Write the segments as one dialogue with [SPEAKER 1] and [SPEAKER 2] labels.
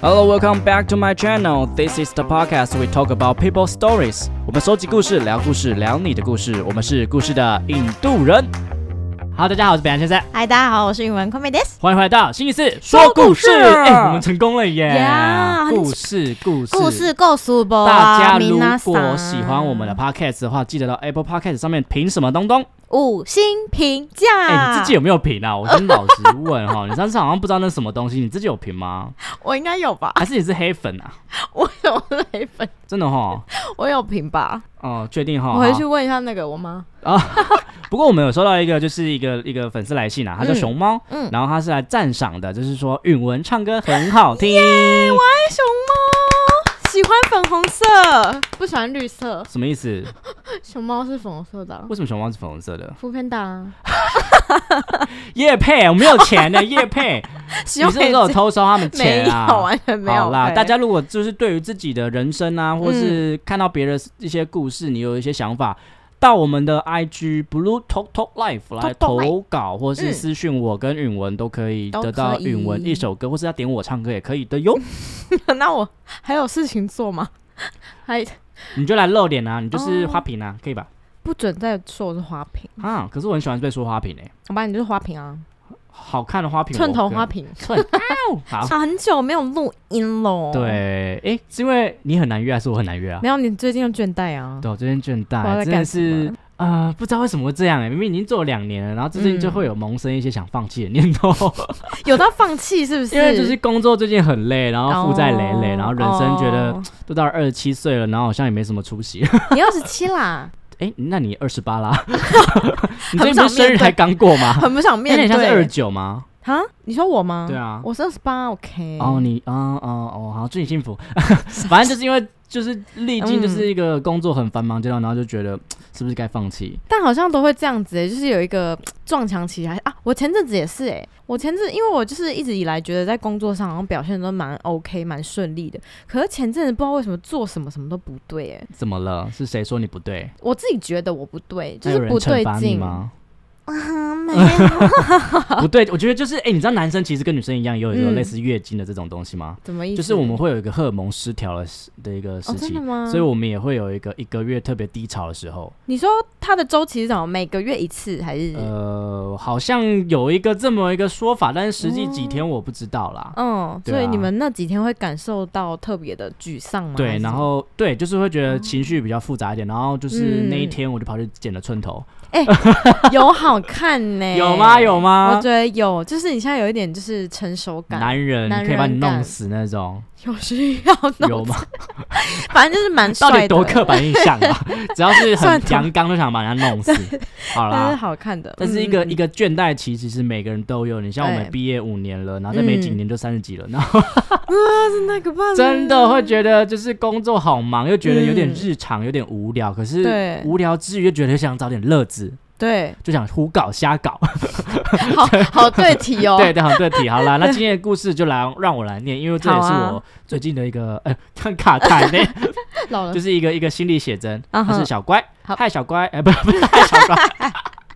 [SPEAKER 1] Hello, welcome back to my channel. This is the podcast we talk about people stories. 我们收集故事，聊故事，聊你的故事。我们是故事的印度人。好，大家好，我是北洋先生，
[SPEAKER 2] 嗨，大家好，我是语文昆美 d
[SPEAKER 1] 欢迎回到星期四
[SPEAKER 2] 说故事
[SPEAKER 1] 哎、我们成功了耶
[SPEAKER 2] 呀很
[SPEAKER 1] 故事，故事，
[SPEAKER 2] 故事够苏博
[SPEAKER 1] 大
[SPEAKER 2] 啊，
[SPEAKER 1] 家如
[SPEAKER 2] 米娜
[SPEAKER 1] 果喜欢我们的 podcast 的话，记得到 Apple Podcast 上面评什么东东。
[SPEAKER 2] 五星评价，
[SPEAKER 1] 哎、你自己有没有评啊？我先老实问哈， 你上次好像不知道那是什么东西，你自己有评吗？
[SPEAKER 2] 我应该有吧？
[SPEAKER 1] 还是你是黑粉啊？
[SPEAKER 2] 我有雷粉，
[SPEAKER 1] 真的哈？
[SPEAKER 2] 我有评吧？
[SPEAKER 1] 哦、确定哈？
[SPEAKER 2] 我回
[SPEAKER 1] 好
[SPEAKER 2] 去问一下那个我妈。
[SPEAKER 1] 不过我们有收到一个，就是一个一个粉丝来信啊，他叫
[SPEAKER 2] 嗯
[SPEAKER 1] 熊猫，
[SPEAKER 2] 嗯
[SPEAKER 1] 然后他是来赞赏的，就是说允文唱歌很好听，
[SPEAKER 2] 爱熊猫，喜欢粉红色，不喜欢绿色。
[SPEAKER 1] 什么意思？
[SPEAKER 2] 熊猫是粉红色的啊，
[SPEAKER 1] 为什么熊猫是粉红色 的？
[SPEAKER 2] 福片大啊，
[SPEAKER 1] 叶佩，我没有钱的叶 佩，
[SPEAKER 2] 使
[SPEAKER 1] 你
[SPEAKER 2] 用
[SPEAKER 1] 是不是有偷收他们
[SPEAKER 2] 没
[SPEAKER 1] 钱啊？
[SPEAKER 2] 有，完全没有
[SPEAKER 1] 好啦，
[SPEAKER 2] 配
[SPEAKER 1] 大家如果就是对于自己的人生啊，或
[SPEAKER 2] 嗯
[SPEAKER 1] 是看到别人一些故事，你有一些想法，到我们的 IG Blue Talk Talk Life 来
[SPEAKER 2] Talk Talk
[SPEAKER 1] 投稿，或是
[SPEAKER 2] 嗯
[SPEAKER 1] 私讯我跟允文都可以
[SPEAKER 2] 都
[SPEAKER 1] 得到
[SPEAKER 2] 可以
[SPEAKER 1] 允文一首歌，或是要点我唱歌也可以的哟。
[SPEAKER 2] 哎 那我还有事情做吗？还
[SPEAKER 1] 你就来露脸啊，你就是
[SPEAKER 2] 哦
[SPEAKER 1] 花瓶啊，可以吧？
[SPEAKER 2] 不准再说我是花瓶，
[SPEAKER 1] 啊，可是我很喜欢被说花瓶诶、欸
[SPEAKER 2] 好吧，你就是花瓶啊，
[SPEAKER 1] 好看的花瓶，
[SPEAKER 2] 寸头
[SPEAKER 1] 我跟
[SPEAKER 2] 花，瓶。啊
[SPEAKER 1] 寸 嗷好。
[SPEAKER 2] 想很久没有录音喽。
[SPEAKER 1] 啊对，诶、是因为你很难约还是我很难约啊？
[SPEAKER 2] 没有，你最近又倦怠啊？
[SPEAKER 1] 对，我最近倦
[SPEAKER 2] 不知道
[SPEAKER 1] 怠，
[SPEAKER 2] 在
[SPEAKER 1] 真的
[SPEAKER 2] 干什么
[SPEAKER 1] 是呃，不知道为什么会这样、欸，明明已经做了两年了，然后最近就
[SPEAKER 2] 嗯
[SPEAKER 1] 会有萌生一些想放弃的念头，
[SPEAKER 2] 有到放弃 是不是？
[SPEAKER 1] 因为就是工作最近很累，然后负债累累，然后人生觉得
[SPEAKER 2] 哦
[SPEAKER 1] 都到二十七岁了，然后好像也没什么出息。
[SPEAKER 2] 你二十七啦，
[SPEAKER 1] 哎、那你二十八 啦？ 你最近
[SPEAKER 2] 很
[SPEAKER 1] 不
[SPEAKER 2] 不
[SPEAKER 1] 是
[SPEAKER 2] 想
[SPEAKER 1] 生日
[SPEAKER 2] 面对
[SPEAKER 1] 才刚过吗？
[SPEAKER 2] 很不想
[SPEAKER 1] 有
[SPEAKER 2] 面
[SPEAKER 1] 点
[SPEAKER 2] 对。
[SPEAKER 1] 像是二十九吗？
[SPEAKER 2] 啊？你说我吗？
[SPEAKER 1] 对，啊。
[SPEAKER 2] 我是二十八，OK。
[SPEAKER 1] 哦，你啊哦哦，好，祝你幸福。 反正就是因为就是历
[SPEAKER 2] 嗯
[SPEAKER 1] 经就是一个工作很繁忙阶段，然后就觉得是不是该放弃？
[SPEAKER 2] 但好像都会这样子、欸，就是有一个撞墙期还啊，我前阵子也是哎、我前阵因为我就是一直以来觉得在工作上好像表现都蛮 OK，蛮顺利的，可是前阵子不知道为什么做什么什么都不对哎、
[SPEAKER 1] 怎么了？是谁说你不对？
[SPEAKER 2] 我自己觉得我不对，就
[SPEAKER 1] 那有
[SPEAKER 2] 是
[SPEAKER 1] 人
[SPEAKER 2] 不对
[SPEAKER 1] 惩罚你
[SPEAKER 2] 劲。
[SPEAKER 1] 吗？
[SPEAKER 2] 啊，没有，
[SPEAKER 1] 不对，我觉得就是哎、你知道男生其实跟女生一样，也有一个
[SPEAKER 2] 嗯
[SPEAKER 1] 类似月经的这种东西吗？
[SPEAKER 2] 怎么意思？
[SPEAKER 1] 就是我们会有一个荷尔蒙失调的时的一个时
[SPEAKER 2] 哦，真
[SPEAKER 1] 期
[SPEAKER 2] 的，吗？
[SPEAKER 1] 所以我们也会有一个一个月特别低潮的时候。
[SPEAKER 2] 你说它的周期是什么？每个月一次还是？
[SPEAKER 1] 呃，好像有一个这么一个说法，但是实际
[SPEAKER 2] 哦
[SPEAKER 1] 几天我不知道啦。
[SPEAKER 2] 嗯，
[SPEAKER 1] 对啊
[SPEAKER 2] 所以你们那几天会感受到特别的沮丧吗？还
[SPEAKER 1] 对，
[SPEAKER 2] 是什么哦
[SPEAKER 1] 然后对，就是会觉得情绪比较复杂一点，然后就是
[SPEAKER 2] 嗯
[SPEAKER 1] 那一天我就跑去剪了寸头，
[SPEAKER 2] 有好看呢、
[SPEAKER 1] 有吗？有
[SPEAKER 2] 哎我
[SPEAKER 1] 吗
[SPEAKER 2] 觉？得有，就是你现在有一点就是成熟感，
[SPEAKER 1] 男人
[SPEAKER 2] 男
[SPEAKER 1] 可以把你
[SPEAKER 2] 人感
[SPEAKER 1] 弄死那种，
[SPEAKER 2] 有需要 弄
[SPEAKER 1] 有吗？
[SPEAKER 2] 反正就是蛮
[SPEAKER 1] 到底
[SPEAKER 2] 帅的，
[SPEAKER 1] 多刻板印象 啊！只要是很
[SPEAKER 2] 算头
[SPEAKER 1] 阳刚，就想把人家弄死。好
[SPEAKER 2] 但是
[SPEAKER 1] 啦，
[SPEAKER 2] 好看的。
[SPEAKER 1] 但是一个
[SPEAKER 2] 嗯
[SPEAKER 1] 一个倦怠期，其实每个人都有。你像我们
[SPEAKER 2] 对
[SPEAKER 1] 毕业五年了，然后再没几
[SPEAKER 2] 嗯
[SPEAKER 1] 年就三十几了，然后
[SPEAKER 2] 真的可怕，
[SPEAKER 1] 真的会觉得就是工作好忙，又觉得有点
[SPEAKER 2] 嗯
[SPEAKER 1] 日常，有点无聊。可是
[SPEAKER 2] 对
[SPEAKER 1] 无聊之余又觉得想找点乐子，
[SPEAKER 2] 对，
[SPEAKER 1] 就想胡搞瞎搞。
[SPEAKER 2] 好好对题哦，
[SPEAKER 1] 对对，好对题，好 啦，那今天的故事就来让我来念，因为这也是
[SPEAKER 2] 好啊
[SPEAKER 1] 我最近的一个呃， 看卡痰 呢，
[SPEAKER 2] 老了
[SPEAKER 1] 就是一个一个心理写真，
[SPEAKER 2] 啊
[SPEAKER 1] 他
[SPEAKER 2] 哈
[SPEAKER 1] 是小乖，
[SPEAKER 2] 好
[SPEAKER 1] 嗨小乖，哎，不 是不是嗨小乖，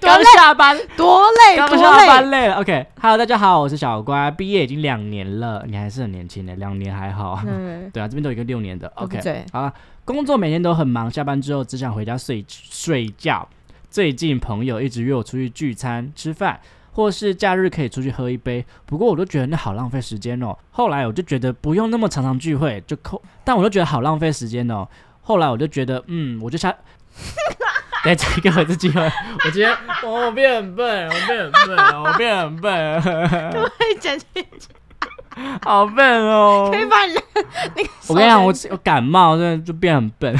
[SPEAKER 2] 多
[SPEAKER 1] 刚
[SPEAKER 2] 累
[SPEAKER 1] 下班，
[SPEAKER 2] 多累
[SPEAKER 1] 刚
[SPEAKER 2] 多
[SPEAKER 1] 下
[SPEAKER 2] 累，
[SPEAKER 1] 班累了，OK，Hello 大家好，我是小乖，毕业已经两年了，你还是很年轻的，两年还好，
[SPEAKER 2] 嗯，
[SPEAKER 1] 对啊，这边都有一个六年的，OK，
[SPEAKER 2] 对，
[SPEAKER 1] 好了，工作每天都很忙，下班之后只想回家睡睡觉。最近朋友一直约我出去聚餐、吃饭，或是假日可以出去喝一杯，不过我都觉得那好浪费时间哦。后来我就觉得不用那么常常聚会，就扣，但我就觉得好浪费时间哦。后来我就觉得，嗯，我就下。 等一下给我一次机会，我今天 我我变很笨，我变很笨，我变很笨，
[SPEAKER 2] 可以剪辑，
[SPEAKER 1] 好笨哦！
[SPEAKER 2] 可以把你的那个
[SPEAKER 1] 我
[SPEAKER 2] 手
[SPEAKER 1] 跟你讲，我
[SPEAKER 2] 剪
[SPEAKER 1] 我感冒，真的就变很笨。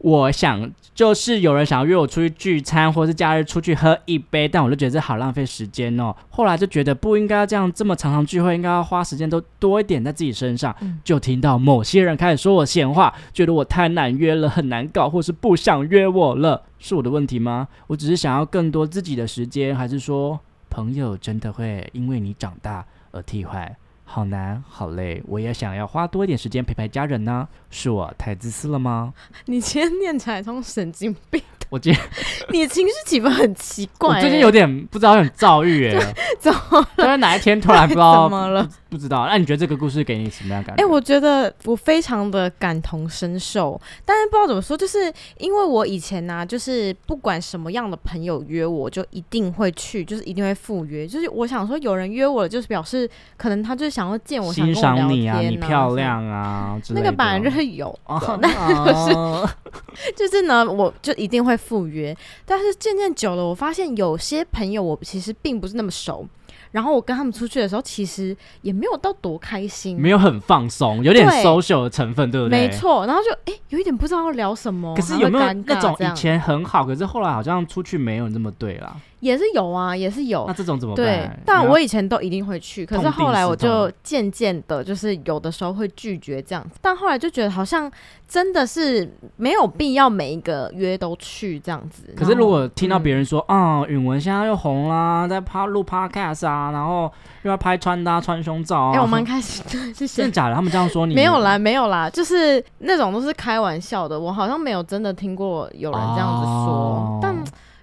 [SPEAKER 1] 我想，就是有人想要约我出去聚餐，或是假日出去喝一杯，但我就觉得这好浪费时间哦。后来就觉得不应该这样，这么常常聚会，应该要花时间都多一点在自己身上。
[SPEAKER 2] 嗯
[SPEAKER 1] 就听到某些人开始说我闲话，觉得我太难约了，很难搞，或是不想约我了，是我的问题吗？我只是想要更多自己的时间，还是说朋友真的会因为你长大而替换？好难，好累，我也想要花多一点 时间陪陪家人呢、是我太自私了吗？
[SPEAKER 2] 你今天念起来像神经病的
[SPEAKER 1] 我今天
[SPEAKER 2] 你的情绪起伏很奇怪、
[SPEAKER 1] 我
[SPEAKER 2] 欸。
[SPEAKER 1] 最近有点不知道，有点躁郁哎，
[SPEAKER 2] 怎么
[SPEAKER 1] 就是哪一天突然不知道
[SPEAKER 2] 哎 怎么了？
[SPEAKER 1] 不知道。那你觉得这个故事给你什么样的感
[SPEAKER 2] 哎、
[SPEAKER 1] 觉？
[SPEAKER 2] 我觉得我非常的感同身受，但是不知道怎么说，就是因为我以前呢、啊就是不管什么样的朋友约我，就一定会去，就是一定会赴约。就是我想说，有人约我了，就是表示可能他就是想要见我，想
[SPEAKER 1] 欣
[SPEAKER 2] 跟我聊
[SPEAKER 1] 赏你
[SPEAKER 2] 天、
[SPEAKER 1] 啊，你漂
[SPEAKER 2] 什么。
[SPEAKER 1] 亮啊之类
[SPEAKER 2] 那
[SPEAKER 1] 的。
[SPEAKER 2] 个本来就是有，
[SPEAKER 1] 哦，那是
[SPEAKER 2] 就是呢，我就一定会赴约。但是渐渐久了，我发现有些朋友我其实并不是那么熟，然后我跟他们出去的时候，其实也没有到多开心，
[SPEAKER 1] 没有很放松，有点
[SPEAKER 2] 对
[SPEAKER 1] social 的成分，对不对？
[SPEAKER 2] 没。错，然后就哎、诶有一点不知道要聊什么，
[SPEAKER 1] 可是
[SPEAKER 2] 还
[SPEAKER 1] 有
[SPEAKER 2] 会
[SPEAKER 1] 没有
[SPEAKER 2] 尴
[SPEAKER 1] 那
[SPEAKER 2] 尬
[SPEAKER 1] 种
[SPEAKER 2] 这
[SPEAKER 1] 以
[SPEAKER 2] 样
[SPEAKER 1] 前很好，可是后来好像出去没有那么对啦？
[SPEAKER 2] 也是有啊，也是有
[SPEAKER 1] 那。这种怎么办？
[SPEAKER 2] 对
[SPEAKER 1] 你，
[SPEAKER 2] 但
[SPEAKER 1] 要
[SPEAKER 2] 我以前都一定会去，可是
[SPEAKER 1] 痛定
[SPEAKER 2] 后来
[SPEAKER 1] 思
[SPEAKER 2] 我就
[SPEAKER 1] 痛
[SPEAKER 2] 渐渐的，就是有的时候会拒绝这样子，但后来就觉得好像真的是没有必要每一个约都去这样子。
[SPEAKER 1] 可是
[SPEAKER 2] 然
[SPEAKER 1] 如
[SPEAKER 2] 后
[SPEAKER 1] 果听到
[SPEAKER 2] 嗯
[SPEAKER 1] 别人说，啊、允文现在又红啦，在拍录 podcast 啊，然后又要拍穿搭、穿胸罩啊，
[SPEAKER 2] 哎、我们开始对谢
[SPEAKER 1] 真
[SPEAKER 2] 谢
[SPEAKER 1] 的。假的？他们这样说你
[SPEAKER 2] 没有啦，没有啦，就是那种都是开玩笑的，我好像没有真的听过有人这样子说。
[SPEAKER 1] 哦
[SPEAKER 2] 但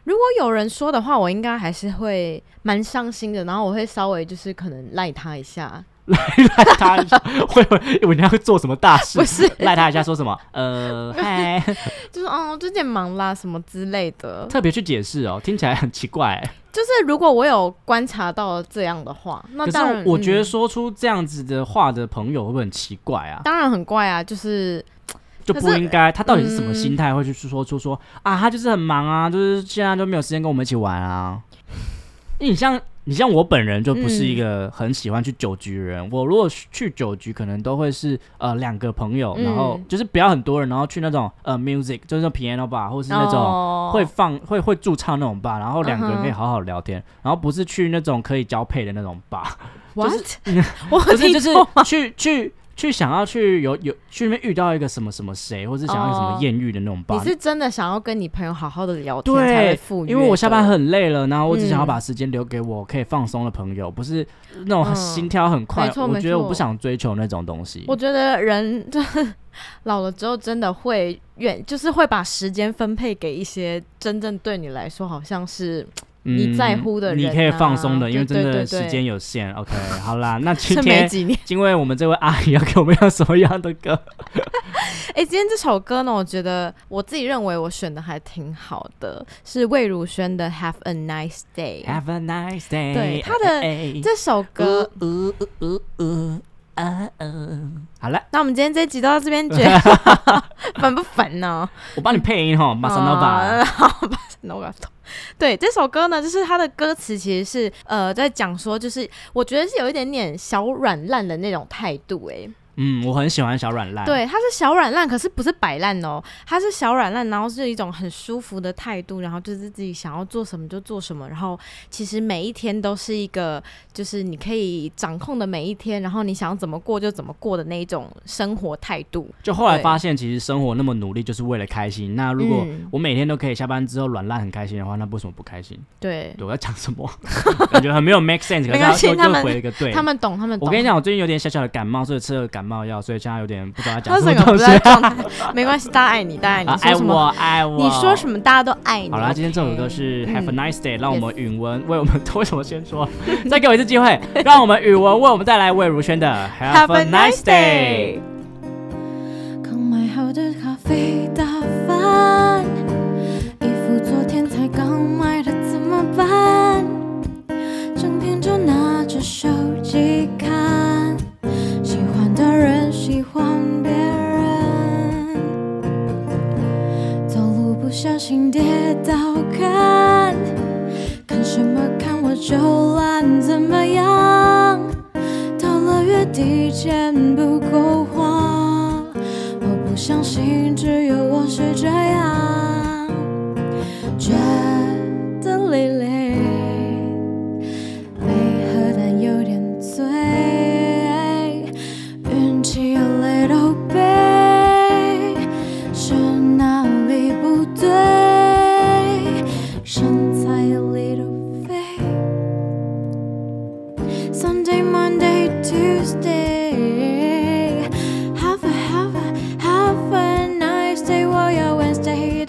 [SPEAKER 2] 如果有人说的话，我应该还是会蛮伤心的，然后我会稍微就是可能赖他一下，
[SPEAKER 1] 赖他一下，会会以为你要做什么大事
[SPEAKER 2] 不？是，
[SPEAKER 1] 赖他一下说什么？呃，嗨，
[SPEAKER 2] 就是哦，最近忙啦什么之类的。
[SPEAKER 1] 特别去解释哦，听起来很奇怪、
[SPEAKER 2] 就是如果我有观察到这样的话，那
[SPEAKER 1] 可
[SPEAKER 2] 当然
[SPEAKER 1] 是我觉得
[SPEAKER 2] 嗯
[SPEAKER 1] 说出这样子的话的朋友会不会很奇怪啊？
[SPEAKER 2] 当然很怪啊，就是
[SPEAKER 1] 就
[SPEAKER 2] 可
[SPEAKER 1] 不
[SPEAKER 2] 是
[SPEAKER 1] 应该，他到底是什么
[SPEAKER 2] 嗯
[SPEAKER 1] 心态会去说出说啊，他就是很忙啊，就是现在都没有时间跟我们一起玩啊。因为你像你像我本人就不是一
[SPEAKER 2] 嗯
[SPEAKER 1] 个很喜欢去酒局的人，我如果去酒局，可能都会是呃两个朋友，然后
[SPEAKER 2] 嗯
[SPEAKER 1] 就是不要很多人，然后去那种呃 music，就是那种 piano bar 或是那种。
[SPEAKER 2] 哦
[SPEAKER 1] 会放会会驻唱那种吧，然后两个人可以
[SPEAKER 2] 嗯哼
[SPEAKER 1] 好好聊天，然后不是去那种可以交配的那种吧，
[SPEAKER 2] what？
[SPEAKER 1] 就
[SPEAKER 2] 我
[SPEAKER 1] 不是
[SPEAKER 2] 听
[SPEAKER 1] 就是
[SPEAKER 2] 错
[SPEAKER 1] 去去去想要去有有去那边遇到一个什么什么谁，或是想要有什么
[SPEAKER 2] 哦
[SPEAKER 1] 艳遇的那种吧。
[SPEAKER 2] 你是真的想要跟你朋友好好的聊天才会
[SPEAKER 1] 对
[SPEAKER 2] 赴，约
[SPEAKER 1] 因为我下班
[SPEAKER 2] 的
[SPEAKER 1] 很累了，然后我只想要
[SPEAKER 2] 嗯
[SPEAKER 1] 把时间留给我可以放松的朋友，不是那种
[SPEAKER 2] 嗯
[SPEAKER 1] 心跳很快
[SPEAKER 2] 没。错
[SPEAKER 1] 我
[SPEAKER 2] 没
[SPEAKER 1] 觉得我不
[SPEAKER 2] 错
[SPEAKER 1] 想追求那种东西
[SPEAKER 2] 我。觉得人就是老了之后，真的会愿，就是会把时间分配给一些真正对你来说好像是你在乎的
[SPEAKER 1] 嗯你
[SPEAKER 2] 人
[SPEAKER 1] 可以放
[SPEAKER 2] 啊
[SPEAKER 1] 松的，因为
[SPEAKER 2] 对
[SPEAKER 1] 真
[SPEAKER 2] 对
[SPEAKER 1] 的
[SPEAKER 2] 对
[SPEAKER 1] 时
[SPEAKER 2] 对
[SPEAKER 1] 间有限。OK，好 啦，那 今
[SPEAKER 2] 是没
[SPEAKER 1] 天
[SPEAKER 2] 几年。
[SPEAKER 1] 因为我们这位阿姨要给我们要什么样的歌？
[SPEAKER 2] 哎、今天这首歌呢，我觉得我自己认为我选的还挺好的，是魏如萱的《Have a Nice Day》。
[SPEAKER 1] Have 呃 a nice day。哎
[SPEAKER 2] 对他的这首歌，
[SPEAKER 1] 呜呜呜呜啊呃好了，
[SPEAKER 2] 那我们今天这一集就到这边结束， 烦不烦呢？
[SPEAKER 1] 我帮你配音哈，
[SPEAKER 2] 哦
[SPEAKER 1] 马上到吧。
[SPEAKER 2] 啊 好吧 no 对，这首歌呢，就是它的歌词其实是呃在讲说，就是我觉得是有一点点小软烂的那种态度、欸，
[SPEAKER 1] 嗯，我很喜欢小软烂。，
[SPEAKER 2] 对，它是小软烂，可是不是摆烂哦，它是小软烂，然后是一种很舒服的态度，然后就是自己想要做什么就做什么，然后其实每一天都是一个就是你可以掌控的每一天，然后你想怎么过就怎么过的那一种生活态度。
[SPEAKER 1] 就后来
[SPEAKER 2] 对
[SPEAKER 1] 发现，其实生活那么努力就是为了开心。那如果
[SPEAKER 2] 嗯
[SPEAKER 1] 我每天都可以下班之后软烂很开心的话，那为什么不开心？
[SPEAKER 2] 对，
[SPEAKER 1] 对，我要讲什么？ 感觉很没有 make sense，可
[SPEAKER 2] 没
[SPEAKER 1] 是
[SPEAKER 2] 关系
[SPEAKER 1] 又
[SPEAKER 2] 他
[SPEAKER 1] 又
[SPEAKER 2] 们
[SPEAKER 1] 回了一个对。
[SPEAKER 2] 他们懂，他们懂。
[SPEAKER 1] 我跟你讲，我最近有点小小的感冒，所以吃了感冒药，所以现在有点不知道要讲
[SPEAKER 2] 他
[SPEAKER 1] 什么
[SPEAKER 2] 整个
[SPEAKER 1] 东
[SPEAKER 2] 不
[SPEAKER 1] 西。
[SPEAKER 2] 在状态，没关系，大家爱你，大家爱你，
[SPEAKER 1] 啊，
[SPEAKER 2] 说
[SPEAKER 1] 爱
[SPEAKER 2] 什
[SPEAKER 1] 我
[SPEAKER 2] 么？，
[SPEAKER 1] 爱我。哎
[SPEAKER 2] 你说什么，大家都爱你。
[SPEAKER 1] 好啦，今天这首歌
[SPEAKER 2] OK
[SPEAKER 1] 是 Have a Nice Day，让我
[SPEAKER 2] Yes
[SPEAKER 1] 们允文为我们 为什么先说？再给我一次机会，让我们允文为我们带来魏如萱的 Have a Nice Day。。
[SPEAKER 3] 刚买好的咖啡打翻，衣服昨天才刚买的怎么办？整天就拿着手机看，喜欢的人喜欢别人，走路不小心跌倒看，看什么看我就懒怎么样？到了月底钱不够花，我不相信只有我是这样，觉得累累，没喝但有点醉，运气 a little bit，是哪里不对？身材 a little fake。Sunday, Monday, Tuesday. Have a, have a, have a nice day. 我要 Wednesday,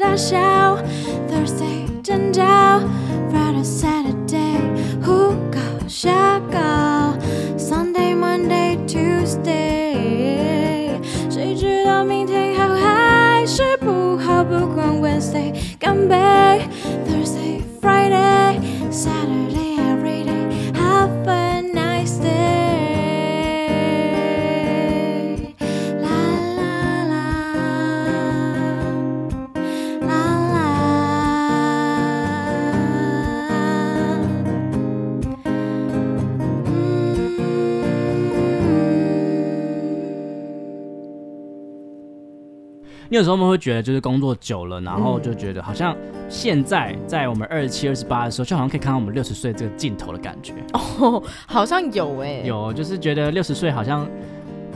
[SPEAKER 1] 你有时候们会觉得，就是工作久了，然后就觉得
[SPEAKER 2] 嗯
[SPEAKER 1] 好像现在在我们二十七、二十八的时候，就好像可以看到我们六十岁这个尽头的感觉。
[SPEAKER 2] 哦， 好像有哎、
[SPEAKER 1] 有，就是觉得六十岁好像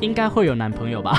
[SPEAKER 1] 应该会有男朋友吧？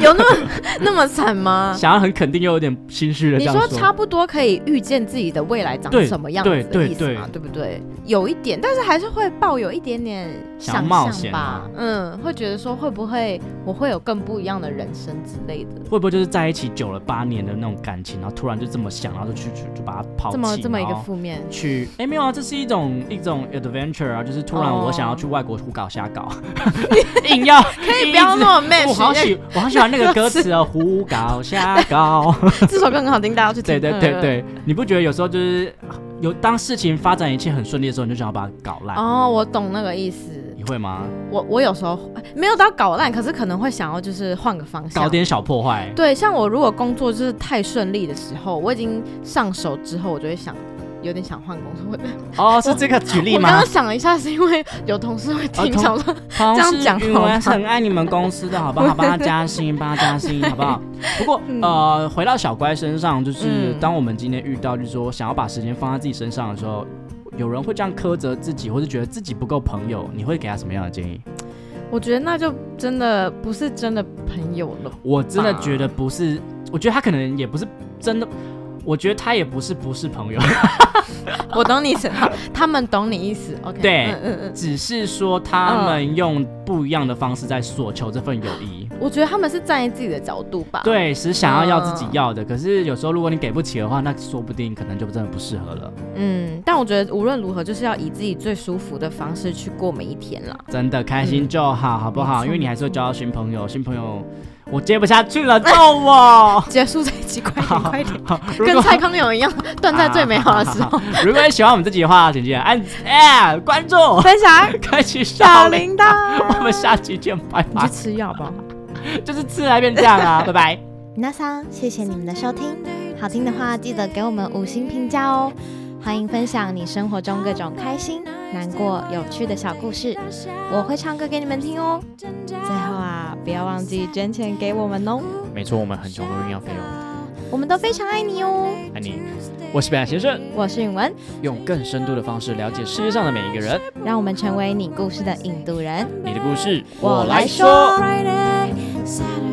[SPEAKER 2] 有那么那么惨吗？
[SPEAKER 1] 想要很肯定又有点心虚的这
[SPEAKER 2] 啊你
[SPEAKER 1] 样
[SPEAKER 2] 说差不多可以预见自己的未来长
[SPEAKER 1] 对
[SPEAKER 2] 什么样子的
[SPEAKER 1] 对
[SPEAKER 2] 意思嘛，
[SPEAKER 1] 对
[SPEAKER 2] 对不对？有一点，但是还是会抱有一点点
[SPEAKER 1] 想
[SPEAKER 2] 想
[SPEAKER 1] 冒
[SPEAKER 2] 象
[SPEAKER 1] 险
[SPEAKER 2] 吧
[SPEAKER 1] 啊，
[SPEAKER 2] 嗯，会觉得说会不会我会有更不一样的人生之类的，
[SPEAKER 1] 会不会就是在一起久了八年的那种感情，然后突然就这么想，然后就去去就把它抛弃，
[SPEAKER 2] 这么这么一个
[SPEAKER 1] 然后
[SPEAKER 2] 负面，
[SPEAKER 1] 去哎、没有啊，这是一种一种 adventure 啊，就是突然
[SPEAKER 2] 哦
[SPEAKER 1] 我想要去外国胡搞瞎搞， 硬要可
[SPEAKER 2] 可以不要那么
[SPEAKER 1] 我好
[SPEAKER 2] match，
[SPEAKER 1] 喜我好喜欢那个歌词哦，胡搞瞎搞，
[SPEAKER 2] 哎这首歌很好听，大家去 听。
[SPEAKER 1] 对对对
[SPEAKER 2] 嗯。
[SPEAKER 1] 对，你不觉得有时候就是有当事情发展一切很顺利的时候，你就想要把它搞烂，
[SPEAKER 2] 哦，我懂那个意思。
[SPEAKER 1] 你会吗？
[SPEAKER 2] 我我有时候没有到搞烂，可是可能会想要就是换个方向
[SPEAKER 1] 搞。点小破坏，
[SPEAKER 2] 对，像我如果工作就是太顺利的时候，我已经上手之后，我就会想有点想换工作。
[SPEAKER 1] 哦，是这个举例
[SPEAKER 2] 我刚
[SPEAKER 1] 吗
[SPEAKER 2] 刚？想了一下，是因为有同事会
[SPEAKER 1] 哦
[SPEAKER 2] 听，
[SPEAKER 1] 同
[SPEAKER 2] 想说
[SPEAKER 1] 同
[SPEAKER 2] 这样
[SPEAKER 1] 事
[SPEAKER 2] 讲
[SPEAKER 1] 云
[SPEAKER 2] 好吗
[SPEAKER 1] 我还是很爱你们公司的，好不 好？帮他加薪，帮他加薪，好不好？不过呃，回到小乖身上，就是
[SPEAKER 2] 嗯
[SPEAKER 1] 当我们今天遇到，就是说想要把时间放在自己身上的时候，有人会这样苛责自己，或是觉得自己不够朋友，你会给他什么样的建议？
[SPEAKER 2] 我觉得那就真的不是真的朋友 了。
[SPEAKER 1] 我真的
[SPEAKER 2] 吧
[SPEAKER 1] 觉得不是，我觉得他可能也不是真的，我觉得他也不是不是朋友，
[SPEAKER 2] 我懂你意思，好他们懂你意思。OK，
[SPEAKER 1] 对
[SPEAKER 2] 嗯嗯嗯，
[SPEAKER 1] 只是说他们用不一样的方式在索求这份友谊。
[SPEAKER 2] 我觉得他们是站在自己的角度吧。，
[SPEAKER 1] 对，是想要要自己
[SPEAKER 2] 嗯
[SPEAKER 1] 要的，可是有时候如果你给不起的话，那说不定可能就真的不适合了。
[SPEAKER 2] 嗯，但我觉得无论如何，就是要以自己最舒服的方式去过每一天啦。
[SPEAKER 1] 真的开心就好，好不
[SPEAKER 2] 没
[SPEAKER 1] 好？
[SPEAKER 2] 错
[SPEAKER 1] 因为你还是会交到新朋友，新朋友我接不下去了，救 我！
[SPEAKER 2] 结束这一 集，快点，快点，
[SPEAKER 1] 如
[SPEAKER 2] 跟
[SPEAKER 1] 果
[SPEAKER 2] 蔡康永一样，断在最美 好的时候。
[SPEAKER 1] 如果你喜欢我们这集的话，请记得按哎关注，
[SPEAKER 2] 分享
[SPEAKER 1] 开启小
[SPEAKER 2] 小
[SPEAKER 1] 铃，
[SPEAKER 2] 铃铛，
[SPEAKER 1] 我们下期见，拜
[SPEAKER 2] 你去
[SPEAKER 1] 拜。
[SPEAKER 2] 吃药吧。
[SPEAKER 1] 就是吃来变这样啊，拜 拜。
[SPEAKER 4] 那桑，谢谢你们的收听。好听的话，记得给我们五星评价哦。欢迎分享你生活中各种开心、难过、有趣的小故事，我会唱歌给你们听哦。最后啊，不要忘记捐钱给我们哦，
[SPEAKER 5] 没错，我们很穷，都一定要给我
[SPEAKER 1] 哦
[SPEAKER 5] 们
[SPEAKER 4] 我们都非常爱你哦。
[SPEAKER 5] 爱你。我是北海先生，
[SPEAKER 4] 我是允文，
[SPEAKER 5] 用更深度的方式了解世界上的每一个人。
[SPEAKER 4] 让我们成为你故事的引渡人。
[SPEAKER 5] 你的故事，
[SPEAKER 4] 我来说
[SPEAKER 3] Friday, Saturday.